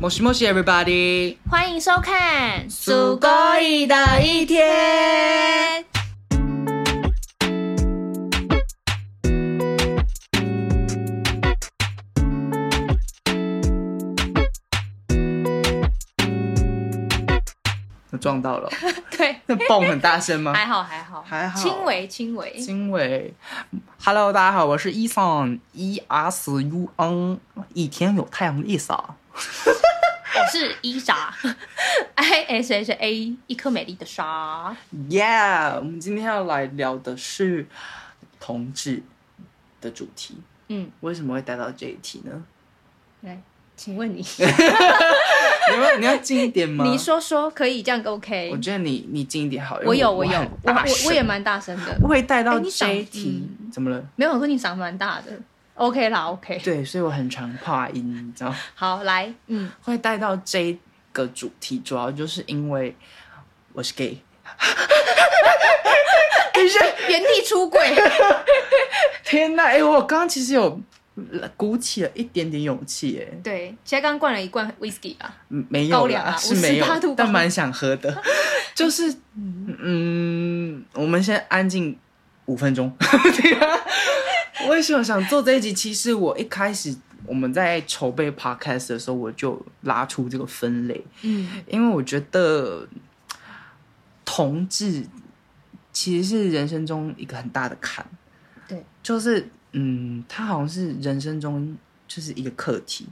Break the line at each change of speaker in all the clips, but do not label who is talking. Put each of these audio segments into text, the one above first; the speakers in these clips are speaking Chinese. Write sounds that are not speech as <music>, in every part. もしもし everybody，
欢迎收看《
すごい的一天》。那撞到了哦，
对，
那蹦很大
<laughs>
声吗？
还好还好
还好
轻微轻微。
经纬，Hello，大家好，我是 Eason E S U N，一天有太阳的意思啊。
我是伊莎 <laughs> ，I S H A，一颗美丽的沙。
Yeah，我们今天要来聊的是同志的主题。
嗯，
为什么会带到这一题呢？ <laughs>
来，请问你，
你要你要近一点吗？
你，说说可以这样 OK？
我觉得你你近一点好。因为
我有我
我
有
很，
我
大
我我也
声
蛮大声的
不，会带到
哎你长
这一题，怎么了？
没有我说你嗓蛮大的，OK 啦 OK。
对，所以我很常怕音，你知道吗。
好，来，嗯，
会带到这个主题，主要就是因为我是 gay。等一下，
原地出
<laughs>
柜，
天哪！哎、我刚刚其实有鼓起了一点点勇气，哎，
对，现在刚灌了一罐 whisky 啊，
嗯没
高
有
粱
啦，
啊
是没
58度
有，
高
但蛮想喝的。就是，嗯，我们先安静五分钟。 <laughs> 对啊，为什么想做这一集？其实我一开始我们在筹备 podcast 的时候，我就拉出这个分类，
嗯
因为我觉得同志其实是人生中一个很大的坎。
对，
就是嗯，它好像是人生中就是一个课题，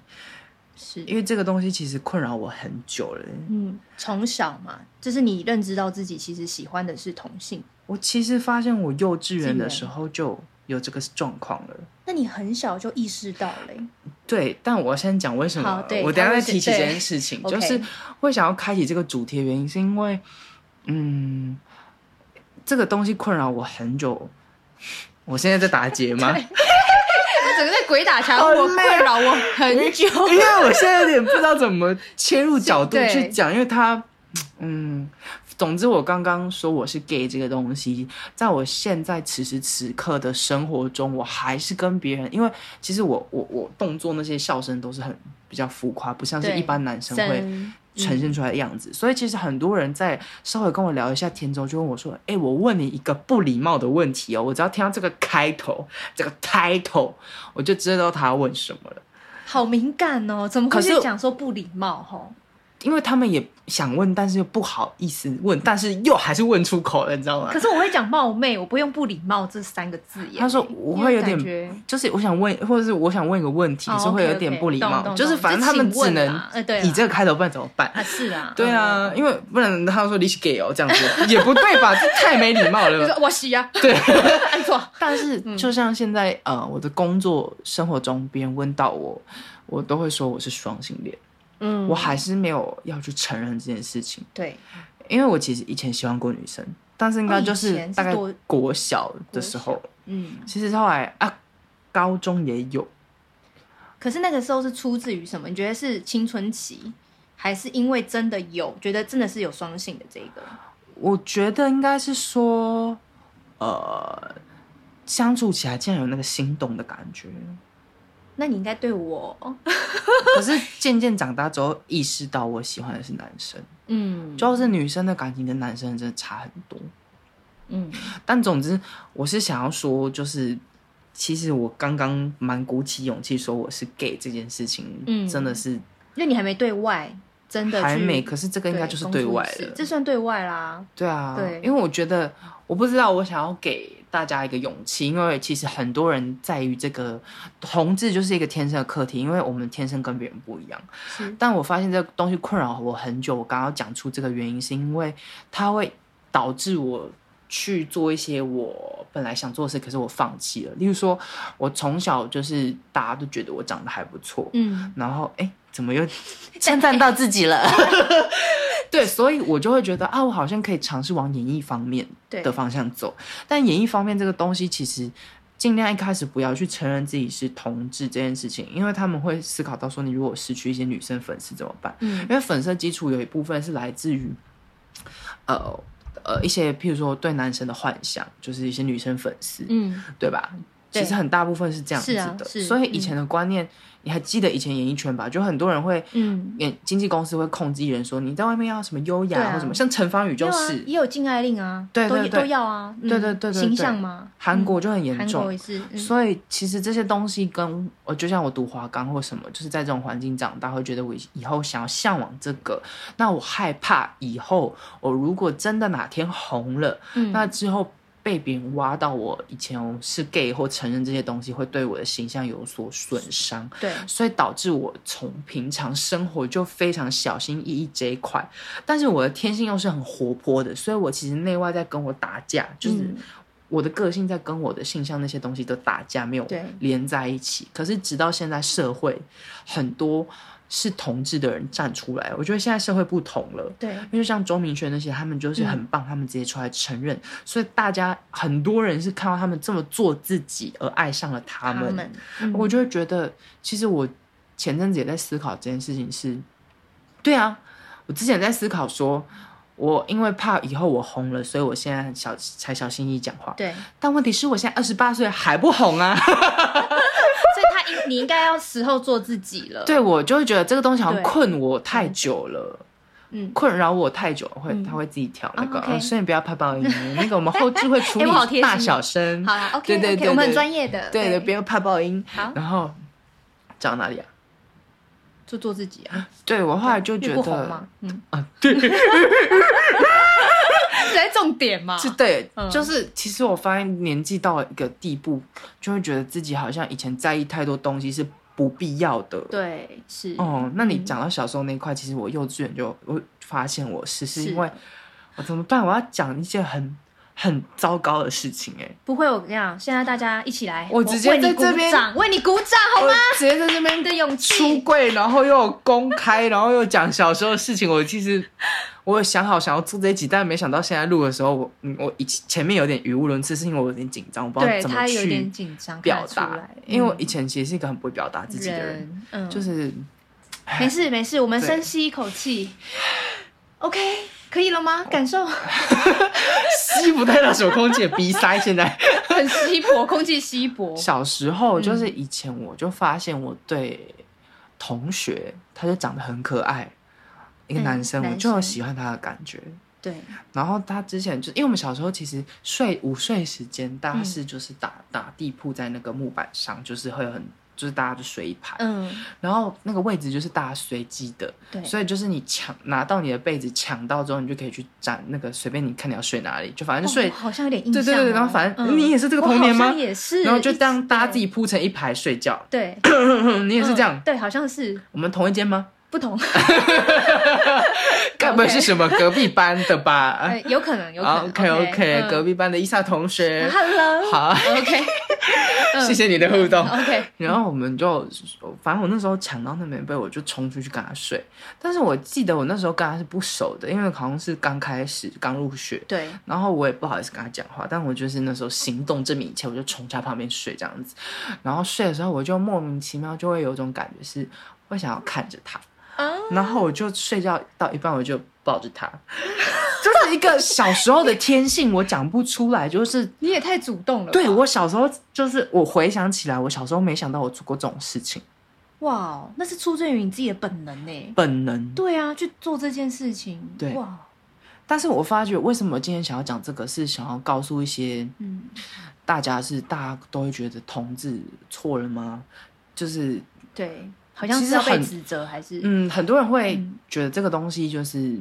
是
因为这个东西其实困扰我很久了。
嗯，从小嘛，就是你认知到自己其实喜欢的是同性，
我其实发现我幼稚园
竟
的
然
时候就有这个状况了。
那你很小就意识到欸嘞、
对，但我先讲为什
好
么
对，
我等一下
他
再
会
提起
对
这件事情，
OK
就是会想要开启这个主题的原因，是因为，嗯，这个东西困扰我很久。我现在在打结
<laughs>
吗？
我整个在鬼打墙，
好累啊
我困扰我很久。
因为我现在有点不知道怎么切入角度
对
去讲，因为他，嗯，总之我刚刚说我是 gay 这个东西，在我现在此时此刻的生活中，我还是跟别人，因为其实我我我动作那些笑声都是很比较浮夸，不像是
对
一般男生会呈
嗯
现出来的样子。所以其实很多人在稍微跟我聊一下天之后，就问我说：“哎、我问你一个不礼貌的问题哦，我只要听到这个开头，这个 title，我就知道他要问什么了。”
好敏感哦，怎么会
可是
去讲说不礼貌吼？
因为他们也想问，但是又不好意思问，但是又还是问出口了，你知道吗
可？是我会讲冒昧，我不用不礼貌这三个字眼。
他说我会有点
因为感觉。
就是我想问，或者是我想问一个问题，
哦
是会有
OK，OK，
点不礼貌
懂懂懂
就是反正他们
就
只
请问
能
啦呃对啦
以这个开头，不然怎么办？
啊，是啊，
对啊，因为不然他说你是 gay 哦，这样子也不对吧？这太没礼貌
嗯， <laughs> 就
了。
说我洗啊，
对，
按错，
但是
嗯
就像现在呃，我的工作生活中，别人问到我，我都会说我是双性恋，
嗯
我还是没有要去承认这件事情。
对，
因为我其实以前喜欢过女生，但是应该就
哦以
是
前是
大概
多
国小的时候，
嗯。
其实后来啊，高中也有，
可是那个时候是出自于什么？你觉得是青春期，还是因为真的有觉得真的是有双性的这一个？
我觉得应该是说，呃，相处起来竟然有那个心动的感
<laughs>
觉，
那你应该对我，
可是渐渐长大之后意识到我喜欢的是男生，
<laughs> 嗯，
就是女生的感情跟男生真的差很多。
嗯，
但总之，我是想要说，就是其实我刚刚蛮鼓起勇气说我是 gay 这件事情，
嗯
真的是
因为你还没对外真的去
还没，可是这个应该就是对外
公诸于世
了。
这算对外啦。
对啊，
对
因为我觉得，我不知道，我想要给大家一个勇气，因为其实很多人在于这个同志就是一个天生的课题，因为我们天生跟别人不一样。
是，
但我发现这个东西困扰我很久，我刚刚讲出这个原因，是因为它会导致我去做一些我本来想做的事，可是我放弃了。例如说，我从小就是大家都觉得我长得还不错，
嗯，
然后哎，诶怎么又称赞到自己了？对，所以我就会觉得啊，我好像可以尝试往演艺方面
对
的方向走。但演艺方面这个东西，其实尽量一开始不要去承认自己是同志这件事情，因为他们会思考到说，你如果失去一些女生粉丝怎么办？
嗯
因为粉丝的基础有一部分是来自于，呃呃，一些譬如说对男生的幻想，就是一些女生粉丝，
嗯，
对吧？
对
其实很大部分是这样子
是啊
的。
是
所以以前的观念，你还记得以前演艺圈吧？就很多人会。
嗯，
演经纪公司会控制艺人说你在外面要什么优
对
雅
啊
或什么，像陈芳宇就
没有啊
是，
也有禁爱令啊，
对
都
对
也
对
都要啊，嗯
对对对对对
形象嘛，
韩国就很
嗯
严
韩
重
国。也是，嗯
所以其实这些东西跟我就像我读华冈或什么，就是在这种环境长大，会觉得我以后想要向往这个。那我害怕以后我如果真的哪天红了，
嗯
那之后被别人挖到我以前是 gay 或承认这些东西，会对我的形象有所损伤。
对，
所以导致我从平常生活就非常小心翼翼这一块，但是我的天性又是很活泼的，所以我其实内外在跟我打架，就是
嗯
我的个性在跟我的性向那些东西都打架，没有
对
连在一起。可是直到现在，社会很多是同志的人站出来，我觉得现在社会不同了。
对，
因为像周明轩那些，他们就是
嗯
很棒，他们直接出来承认，所以大家很多人是看到他们这么做自己而爱上了他
他
们。
们，嗯
我就会觉得，其实我前阵子也在思考这件事情是，对啊，我之前在思考说，我因为怕以后我红了，所以我现在很小才小心翼翼讲话。
对，
但问题是我现在二十八岁还不红啊，
所以他应你应该要时候做自己了，，
<laughs> 对我就会觉得这个东西好像
对
困我太久了。
嗯，
困扰我太久，会
嗯
他会自己调那
啊
个，
，OK
嗯所以你不要拍爆 <laughs> 音，那个我们后置会处
哎
理
我好贴心
大小声，
好啦，OK，
对嗯对
OK，
对
我们很
对
专业的，
对的，不要拍爆音。
好，
然后讲到哪里啊？
就做自己啊，
对我后来就
越
觉
不红
得
嘛，
<laughs>
嗯，
啊，对。
这才重点嘛，
是对，
嗯
就是其实我发现年纪到了一个地步，就会觉得自己好像以前在意太多东西是不必要的。，
对，是，
哦，那你
嗯
讲到小时候那一块，其实我幼稚园就我发现我是是
是
因为我怎么办？我要讲一件很很糟糕的事情哎、
不会，我跟你讲，现在大家一起来，
我直接
为你
在这
鼓
边
掌，为你鼓掌，好
我
吗？
直接在这边
啊你的勇
出
气，
柜，然后又有公开，然后又讲小时候的事情。我其实我有想好想要做这一集，但没想到现在录的时候，我嗯我以前面有点语无伦次，是因为我有点紧张，我不知道
对
怎么
他有
去
点紧张，
表
看得出
达
来，
因为我
嗯
以前其实是一个很不会表达自己的人，
人，嗯，
就是 <laughs>
没事没事，我们
对
深吸一口气，OK，可以了吗？
<laughs>
感受
吸不太到手空气的鼻塞。现在
很稀薄，空气稀薄，
小时候就是
嗯
以前，我就发现我对同学，他就长得很可爱，一个
嗯
男生，
男
我就有
生
喜欢他的感觉。
对，
然后他之前就因为我们小时候其实睡午睡时间，大
嗯
家是就是打、打地铺在那个木板上，就是会很就是大家就睡一排，
嗯，
然后那个位置就是大家随机的，
对，
所以就是你抢拿到你的被子抢到之后，你就可以去占那个随便你看你要睡哪里，就反正就睡，
哦好像有点印
对
象哦，
对对，然后反正、
嗯
你也是这个童年
我好
吗
像？也是，
然后就
一直
这样大家自己铺成一排睡觉， <laughs>
对，
<coughs> 你也是这样
嗯，对，好像是
我们同一间吗？
不
<laughs>
同，
该不会是什么隔壁班的吧啊
呃有可能，有可能嗯
？OK OK，隔
壁
壁班的伊莎同学， <laughs>
，Hello，OK，
好。
嗯
谢谢
<laughs>
你的互动。
，OK，
然后我们就，反正我那时候抢到那棉被，我就冲出去跟他睡。但是我记得我那时候跟他是不熟的，因为好像是刚开始刚入学，
对，
然后我也不好意思跟他讲话，但我就是那时候行动证明一切，我就冲他旁边睡这样子。然后睡的时候，我就莫名其妙就会有一种感觉是，我想要看着他。
啊，
然后我就睡觉到一半，我就抱着他， <laughs> 就是一个小时候的天性，我讲不出来，就是
你也太主动了吧，
对我小时候，就是我回想起来，我小时候没想到我做过这种事情，
哇哦，那是出自于你自己的本能呢。
本能。
对啊，去做这件事情，
对
哇，
但是我发觉，为什么今天想要讲这个，是想要告诉一些
嗯，
大家是大家都会觉得同志错了吗？就是
对，好像
其
是
实
要被
很
指责还是
嗯，很多人会
嗯
觉得这个东西就是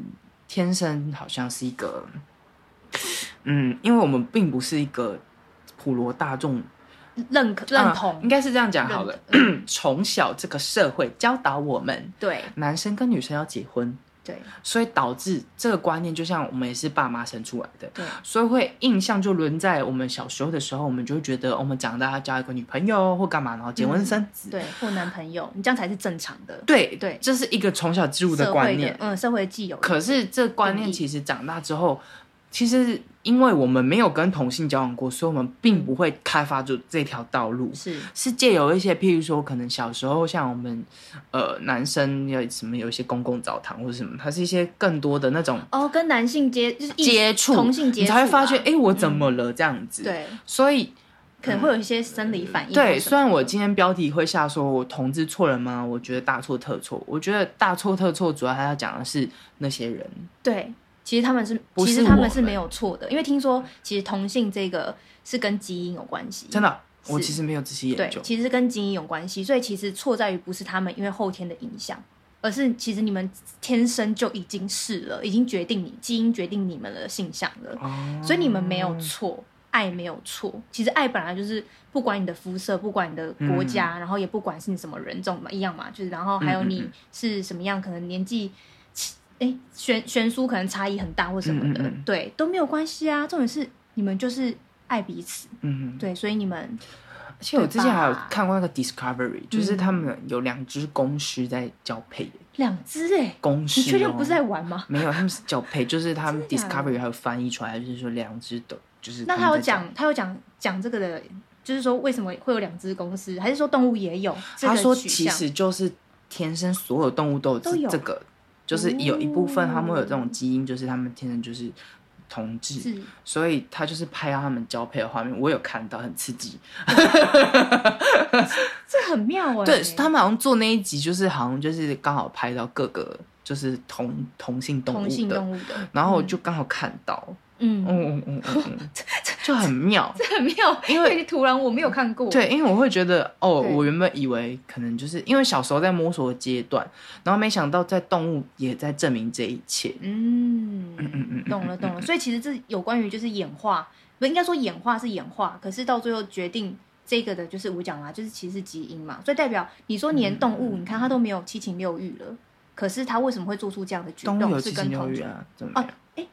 天生好像是一个，嗯，因为我们并不是一个普罗大众
认可认
啊
同嗯
应？该是这样讲好了。 <clears throat> 从小这个社会教导我们，
对
男生跟女生要结婚。
对
所以导致这个观念，就像我们也是爸妈生出来的，
对
所以会印象就轮在我们小时候的时候，我们就会觉得哦我们长大要交一个女朋友或干嘛，然后结
嗯
婚生子。
对，或男朋友，你这样才是正常的，
对
对
这是一个从小植入
社
的
会
观念。
嗯，社会既有的，
可是这观念其实长大之后，其实因为我们没有跟同性交往过，所以我们
嗯
并不会开发出这条道路。
是
是借由一些，譬如说，可能小时候像我们，呃，男生有什么有一些公共澡堂或者什么，它是一些更多的那种
哦，跟男性接就是异
接触，
同性接
你
触啊，
才会发觉，哎、我怎么了、这样子。，
对
所以
可能会有一些生理反应或什么。
对，虽然我今天标题会下说我同志错了吗？我觉得大错特错。我觉得大错特错，主要还要讲的是那些人。
嗯对，其实他们是，
不
其
是
实他
我
们是
们
没有错的，因为听说其实同性这个是跟基因有关系，
真的，我
是
其实没有仔细
对
研究，。
其实跟基因有关系，所以其实错在于不是他们因为后天的影响，而是其实你们天生就已经是了，已经决定你基因决定你们的性向了，
哦
所以你们没有错。爱没有错，其实爱本来就是不管你的肤色，不管你的国家，然后也不管是你什么人种嘛，一样嘛，就是然后还有
嗯嗯嗯
你
嗯
是什么样，可能年纪，哎，悬悬殊可能差异很大或什么的，
嗯嗯嗯
对，都没有关系啊。重点是你们就是爱彼此，
嗯，
对，所以你们
而且我之前还有
对吧嗯
看过那个 Discovery，就是他们有两只公狮在交配，
两只哎、
公狮、
你
哦。
确定不是在玩吗？
没有，他们是交配，就是他们
真的假的
Discovery 还有翻译出来，就是说两只的，就是
那
他
他
们
有
在交配
讲，他有讲讲这个的，就是说为什么会有两只公狮，还是说动物也有这
他说
个取
其
向？
实就是天生所有动物都有
都
这
有
这个，就是有一部分他们会有这种基因，就是他们天生就是同志，
是
所以他就是拍到他们交配的画面，我有看到，很刺激。
这很妙哎、
对他们好像做那一集，就是好像就是刚好拍到各个就是同同性动
同
物
性
的，
动物的，
然后我就刚好看到，
嗯，嗯
嗯嗯嗯嗯嗯，就很妙。
这很妙，
因
因
为
为突然我没有看过，，
对，因为我会觉得，哦，
对
我原本以为可能就是因为小时候在摸索的阶段，然后没想到在动物也在证明这一切。
嗯，懂了懂了。所以其实这有关于就是演化，不应该说演化是演化，可是到最后决定。这个的就是我讲啦，就是其实基因嘛，所以代表你说
嗯
连动物，你看它都没有七情六欲了，可是它为什么会做出这样的举
动物有
动？是
七
跟
情六
同哦
欲
性
啊，怎么样、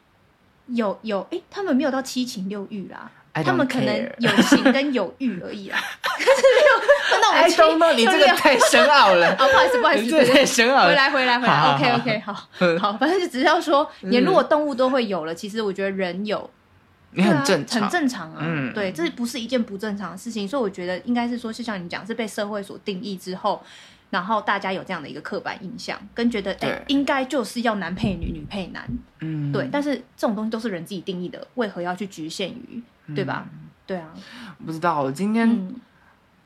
有有，哎，他们没有到七情六欲啦，
I
他们
don't
可能 <laughs>
care
有情跟有欲而已啦。 <laughs> 可是没有，那我
I
们
don't know，你这
<laughs>
个太深奥了，
啊，不好意思， <laughs> 不好意
你
思，
这个
对对
太
啊
深奥
回
了。
来回来回来
好好
，OK
好嗯
OK，好好，反正就只是要说，连如果动物都会有了，其实我觉得人有
你
对
很
啊
正常，
很正常啊。
嗯
对，这不是一件不正常的事情，所以我觉得应该是说，就像你讲，是被社会所定义之后，然后大家有这样的一个刻板印象，跟觉得哎、
对
应该就是要男配女，女配男。
嗯，
对，但是这种东西都是人自己定义的，为何要去局限于，对吧？
嗯
对啊，
不知道。我今天
嗯，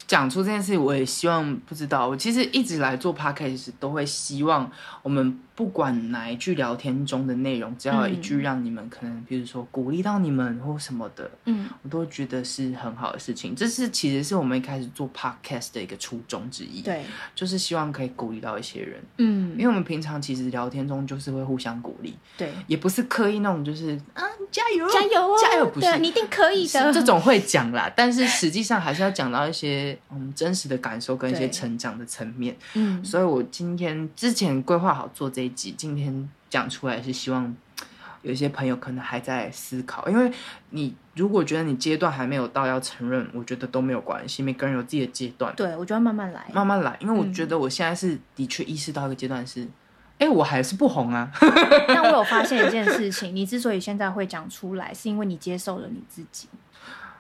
讲出这件事，我也希望不知道。我其实一直来做 podcast 都会希望我们不管哪一句聊天中的内容，只要有一
嗯
句让你们可能，比如说鼓励到你们或什么的，
嗯，
我都觉得是很好的事情。这是其实是我们一开始做 podcast 的一个初衷之一，，
对，
就是希望可以鼓励到一些人，因
嗯，
为我们平常其实聊天中就是会互相鼓励，
对，
也不是刻意那种就是啊加油啊
加油哦，
加油不
对
是
你一定可以
是
的，
这种会讲啦，但是实际上还是要讲到一些嗯真实的感受跟一些
对
成长的层面。
嗯，
所以我今天之前规划好做这一集，今天讲出来是希望有一些朋友可能还在思考，因为你如果觉得你阶段还没有到要承认，我觉得都没有关系，每个人有自己的阶段，
对，我觉得慢慢来，
慢慢来。因为我
嗯
觉得我现在是的确意识到一个阶段是，哎、我还是不红啊， <laughs>
但我有发现一件事情，你之所以现在会讲出来，是因为你接受了你自己，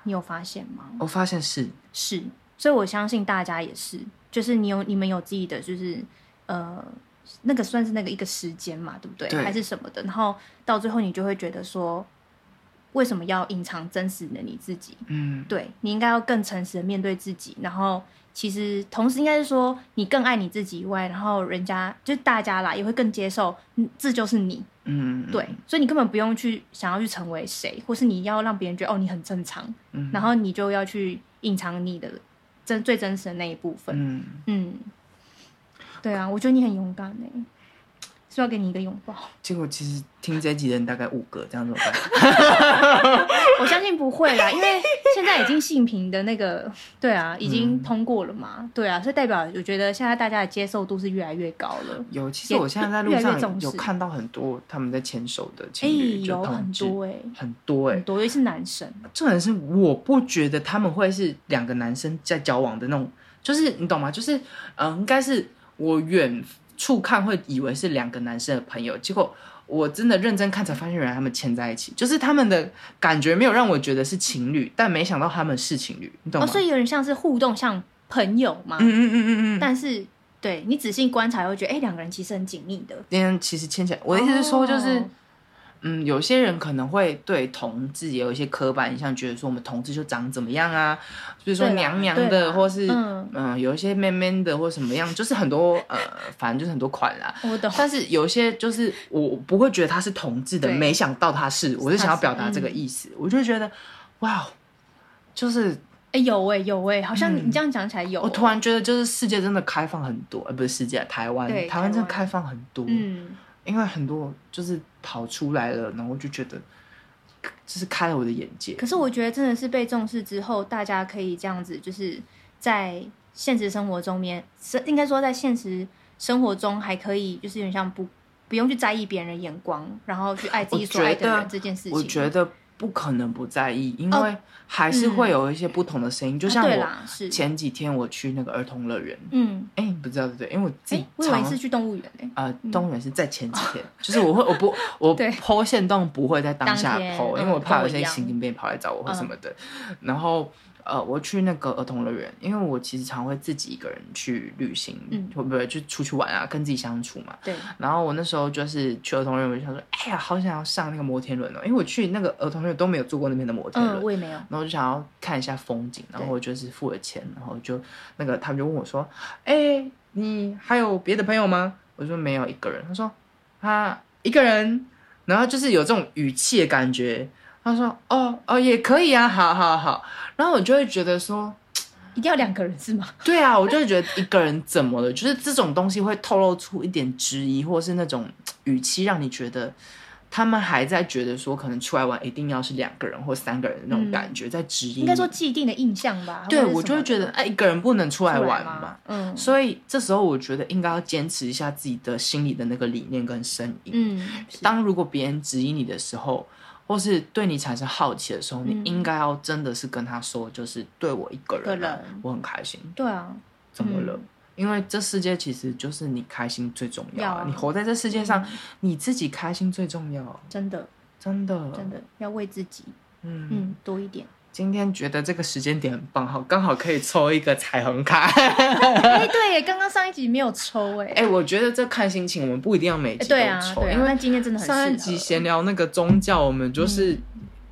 你有发现吗？
我发现是
是，所以我相信大家也是，就是你有你们有自己的，就是呃，那个算是那个一个时间嘛，对不对？
对
还是什么的，然后到最后你就会觉得说，为什么要隐藏真实的你自己？
嗯，
对你应该要更诚实的面对自己，然后其实同时应该是说你更爱你自己以外，然后人家就是大家啦也会更接受，嗯这就是你，
嗯，
对，所以你根本不用去想要去成为谁，或是你要让别人觉得哦你很正常，
嗯
然后你就要去隐藏你的真最真实的那一部分。
嗯。
嗯，对啊，我觉得你很勇敢哎、是不是要给你一个拥抱。 <laughs>
结果其实听这一集的人大概五个，这样怎么办？
我相信不会啦，因为现在已经性平的那个，对啊，已
嗯
经通过了嘛，对啊，所以代表我觉得现在大家的接受度是越来越高了。
有，其实我现在在路
越来越重
上
视
有看到很多他们在牵手的
哎、
情侣，就
有很
同志
多哎、
很多哎、
很多，尤其是男生，
重点是我不觉得他们会是两个男生在交往的那种，就是你懂吗？就是嗯、呃应该是我远处看会以为是两个男生的朋友，结果我真的认真看才发现，原来他们牵在一起，就是他们的感觉没有让我觉得是情侣，但没想到他们是情侣，你懂
哦，
吗？
所以有点像是互动，像朋友嘛。
嗯嗯嗯嗯嗯。
但是对你仔细观察，会觉得哎，两个人其实很紧密的。
今天其实牵起来，我的意思是说，就是、
哦
嗯，有些人可能会对同志也有一些刻板印象，觉得说我们同志就长怎么样啊，比如说
对啦
娘娘
对啦
的，或是
嗯
嗯、有一些 man man 的或什么样，就是很多呃，反正就是很多款啦。
哦我懂。
但是有一些就是我我不会觉得他是同志的，
对
没想到他是，我是想要
他是嗯
表达这个意思，我就觉得哇，哦就是
哎、有哎、有哎、好像你
嗯
这样讲起来有、
我突然觉得就是世界真的开放很多，呃，不是世界，台湾
对
台湾真的
台湾
开放很多，
嗯，
因为很多就是跑出来了，然后我就觉得就是开了我的眼界。
可是我觉得真的是被重视之后，大家可以这样子，就是在现实生活中面，是应该说在现实生活中还可以，就是有点像不不用去在意别人的眼光，然后去爱自己
我
所爱
觉
的
得
人这件事情。
我觉得不可能不在意，因
哦
为还是会有一些不同的声音。就
啊
像
对
我
啦，是，
前几天我去那个儿童乐园，
嗯，
哎、你不知道对不对？因为我自
哎、
己
我以为
常
你是去动物园欸诶、
呃，动物园是在前几天， <laughs> 就是我会我不我
嗯对
剖线动不会在当下
当天
剖，因为
嗯
我怕有
跟我一
些
样
神经病跑来找我或什么的。然后呃，我去那个儿童乐园，因为我其实常会自己一个人去旅行，
嗯
会不会去出去玩啊，跟自己相处嘛。 <laughs>
对，
然后我那时候就是去儿童乐园，我就想说，哎呀，好想要上那个摩天轮哦，因为我去那个儿童乐园都没有坐过那边的摩天轮
嗯，。我也没有，
然后我就想要看一下风景，然后
对
我就是付了钱，然后就那个他们就问我说：“哎、你还有别的朋友吗？”我说没有一个人。他说他一个人，然后就是有这种语气的感觉。他说：“哦哦，也可以啊，好好好。”然后我就会觉得说。
一定要两个人是吗？
对啊，我就会觉得一个人怎么了，就是这种东西会透露出一点质疑，或是那种语气，让你觉得他们还在觉得说，可能出来玩一定要是两个人或三个人的那种感觉，在质疑。
嗯应该说，既定的印象吧。
对
或者是
我就
什
会
么
觉得，哎，一个人不能出来
出来
玩
嘛
嘛。，
嗯
所以这时候，我觉得应该要坚持一下自己的心里的那个理念跟声音。
嗯，是
当如果别人质疑你的时候，或是对你产生好奇的时候，
嗯
你应该要真的是跟他说，就是对我一个人、啊
个人，
我很开心。
对啊，
怎么了？
嗯
因为这世界其实就是你开心最重要、
要啊嗯
啊，你活在这世界上，你自己开心最重要，
真的
真的，
真，的要为自己
嗯
嗯多
<laughs>
一点。
今天觉得这个时间点很棒，好，刚好可以抽一个彩虹卡。
哎，对耶，刚刚上一集没有抽哎，
哎、我觉得这看心情，我们不一定要每集都抽，
对啊，对啊，
因为
那今天真的很
上一
适合嗯
集闲聊那个宗教，我们就是、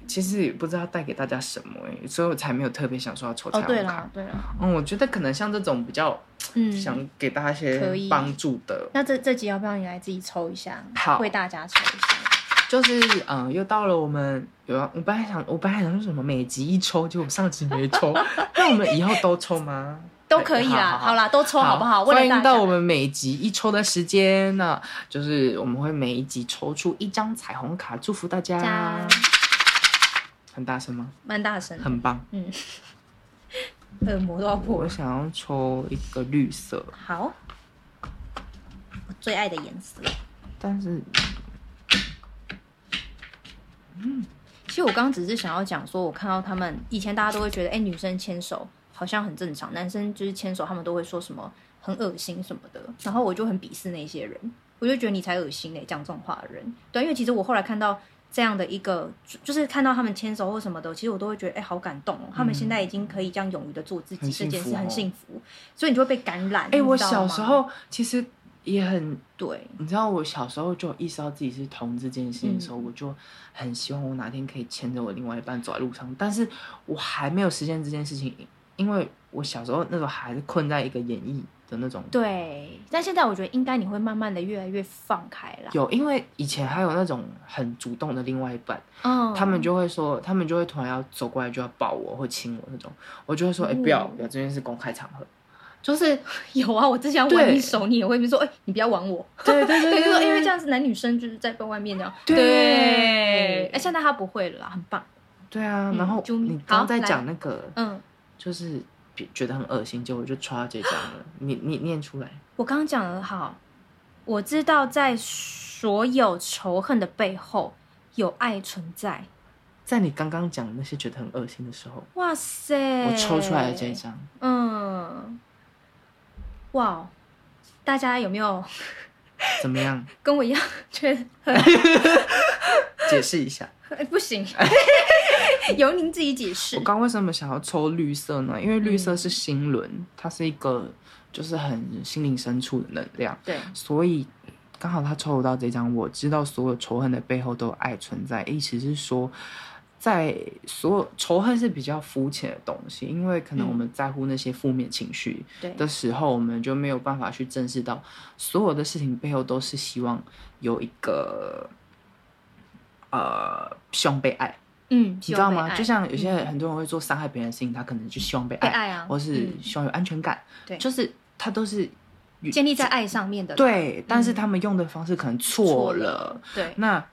其实也不知道带给大家什么、哎，所以我才没有特别想说要抽彩
哦，对
虹卡。
啦对啦，
嗯，我觉得可能像这种比较
嗯，
想给大家一
可以
些帮助的，
那这这集要不要你来自己抽一下？
好
为大家抽一下。
就是嗯、呃又到了我们有啊，我本来想，我本来想说什么每集一抽，结果上集没
<laughs>
抽，那我们以后都抽吗？
都可以
好
啦，
哎好好
好啦， <laughs> 都抽好不好？
欢
为了大
迎到我
家，
们每集一抽的时间，那就是我们会每一集抽出一张彩虹卡，祝福大家。
加
很大声吗？
蛮大声的，呃
很棒。
嗯，耳膜都要破
我
了。
想要抽一个绿色，
好，我最爱的颜色。
但是
其实我刚刚只是想要讲说，我看到他们以前大家都会觉得，哎、女生牵手好像很正常，男生就是牵手，他们都会说什么很恶心什么的。然后我就很鄙视那些人，我就觉得你才恶心嘞、讲这种话的人。对，因为其实我后来看到这样的一个，就就是看到他们牵手或什么的，其实我都会觉得，哎、好感动哦、他们现在已经可以这样勇于的做自己，
很幸
这件事
福哦
很幸福，所以你就会被感染。
哎、
你
我
知道
小
吗
时候其实也很
对，
你知道我小时候就有意识到自己是同志这件事情的时候，
嗯
我就很希望我哪天可以牵着我另外一半走在路上，但是我还没有实现这件事情，因为我小时候那时候还是困在一个演艺的那种。
对，但现在我觉得应该你会慢慢的越来越放开啦。
有，因为以前还有那种很主动的另外一半，
嗯，
他们就会说，他们就会突然要走过来就要抱我或亲我那种，我就会说，哎、不要
哦
不要，这件是公开场合，就是
<laughs> 有啊，我之前玩
对
你手，你也会说，哎、你不要玩我。
对对
<laughs> 对，
对
就
对
说
对，
因为这样子男女生就是在外面这样。
对
对，哎，现在他不会了啦，很棒。
对啊，
嗯
然后
啾咪
你
好
刚在
来
讲那个，
嗯，
就是觉觉得很恶心，结果就抽到这张了。你你念出来，
我刚刚讲的好，我知道在所有仇恨的背后有爱存在。
在你刚刚讲那些觉得很恶心的时候，
哇塞！
我抽出来的这一张，
嗯，哇哦，大家有没有 <laughs>
怎么样？
跟我一样觉得很
解释一下，
哎
<laughs>
不行？ <laughs> 由您自己解释
我。刚为什么想要抽绿色呢？因为绿色是心轮，它是一个就是很心灵深处的能量，
对，
所以刚好他抽到这张，我知道所有仇恨的背后都有爱存在，意思是说。在所有仇恨是比较肤浅的东西，因为可能
嗯
我们在乎那些负面情绪
对
的时候，我们就没有办法去正视到所有的事情背后都是希望有一个呃希望被爱，
嗯，
你知道吗？
希望被爱
就像有些人
嗯
很多人会做伤害别人的事情，他可能就希望被
被
爱，
爱啊，
或是
嗯
希望有安全感，
对
就是他都是
建立在爱上面的啦，嗯
对，但是他们用的方式可能错
错
了。
对，
那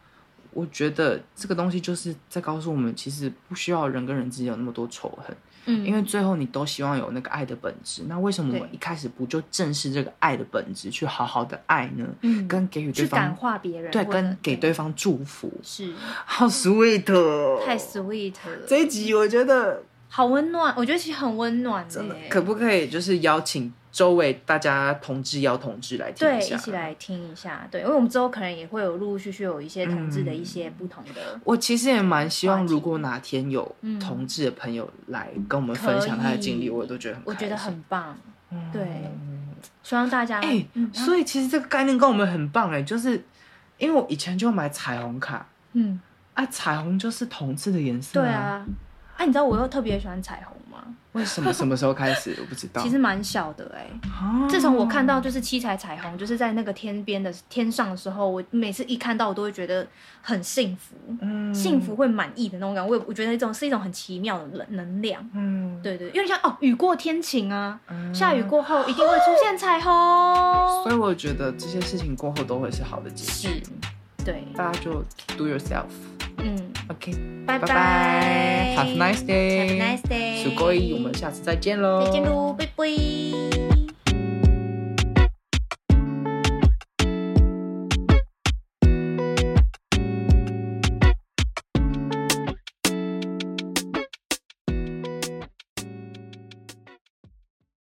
我觉得这个东西就是在告诉我们，其实不需要人跟人之间有那么多仇恨，
嗯，
因为最后你都希望有那个爱的本质。那为什么我们
对
一开始不就正视这个爱的本质，去好好的爱呢？
嗯
跟给予对
去感
方
化别人，
对，
或者
跟给对方祝福，
是
好 sweet，哦
太 sweet 了，
这一集我觉得
好温暖，我觉得其实很温暖
真的
欸
可不可以就是邀请周围大家同志邀同志来听
对，
一下？
一起。来听一下，对，因为我们之后可能也会有陆陆续续有一些同志的
嗯
一些不同的，
我其实也蛮希望，
话题
如果哪天有
嗯
同志的朋友来跟我们分享他的经历，
可以
我都觉得很开
我
心
觉得很棒，
嗯
对希望大家，
哎
嗯，
所以其实这个概念跟我们很棒哎、就是因为我以前就买彩虹卡
嗯，
啊，彩虹就是同志的颜色、
对，啊，哎，你知道我又特别喜欢彩虹吗？
为什么什么时候开始我不知道？
<laughs> 其实蛮小的哎，
啊
自从我看到就是七彩彩虹，就是在那个天边的天上的时候，我每次一看到我都会觉得很幸福，
嗯
幸福，会满意的那种感觉。我也我觉得一种是一种很奇妙的能能量。
嗯，
对对，因为像哦，雨过天晴啊，
嗯
下雨。过后一定会出现彩
所
虹。
以我觉得这些事情过后都会是好的结局，
对，
大家就 do yourself。
嗯，
OK，
拜
拜拜，Have a nice
Have
day，
a nice day，
すごい，我们下次再见喽，
再见喽，拜拜。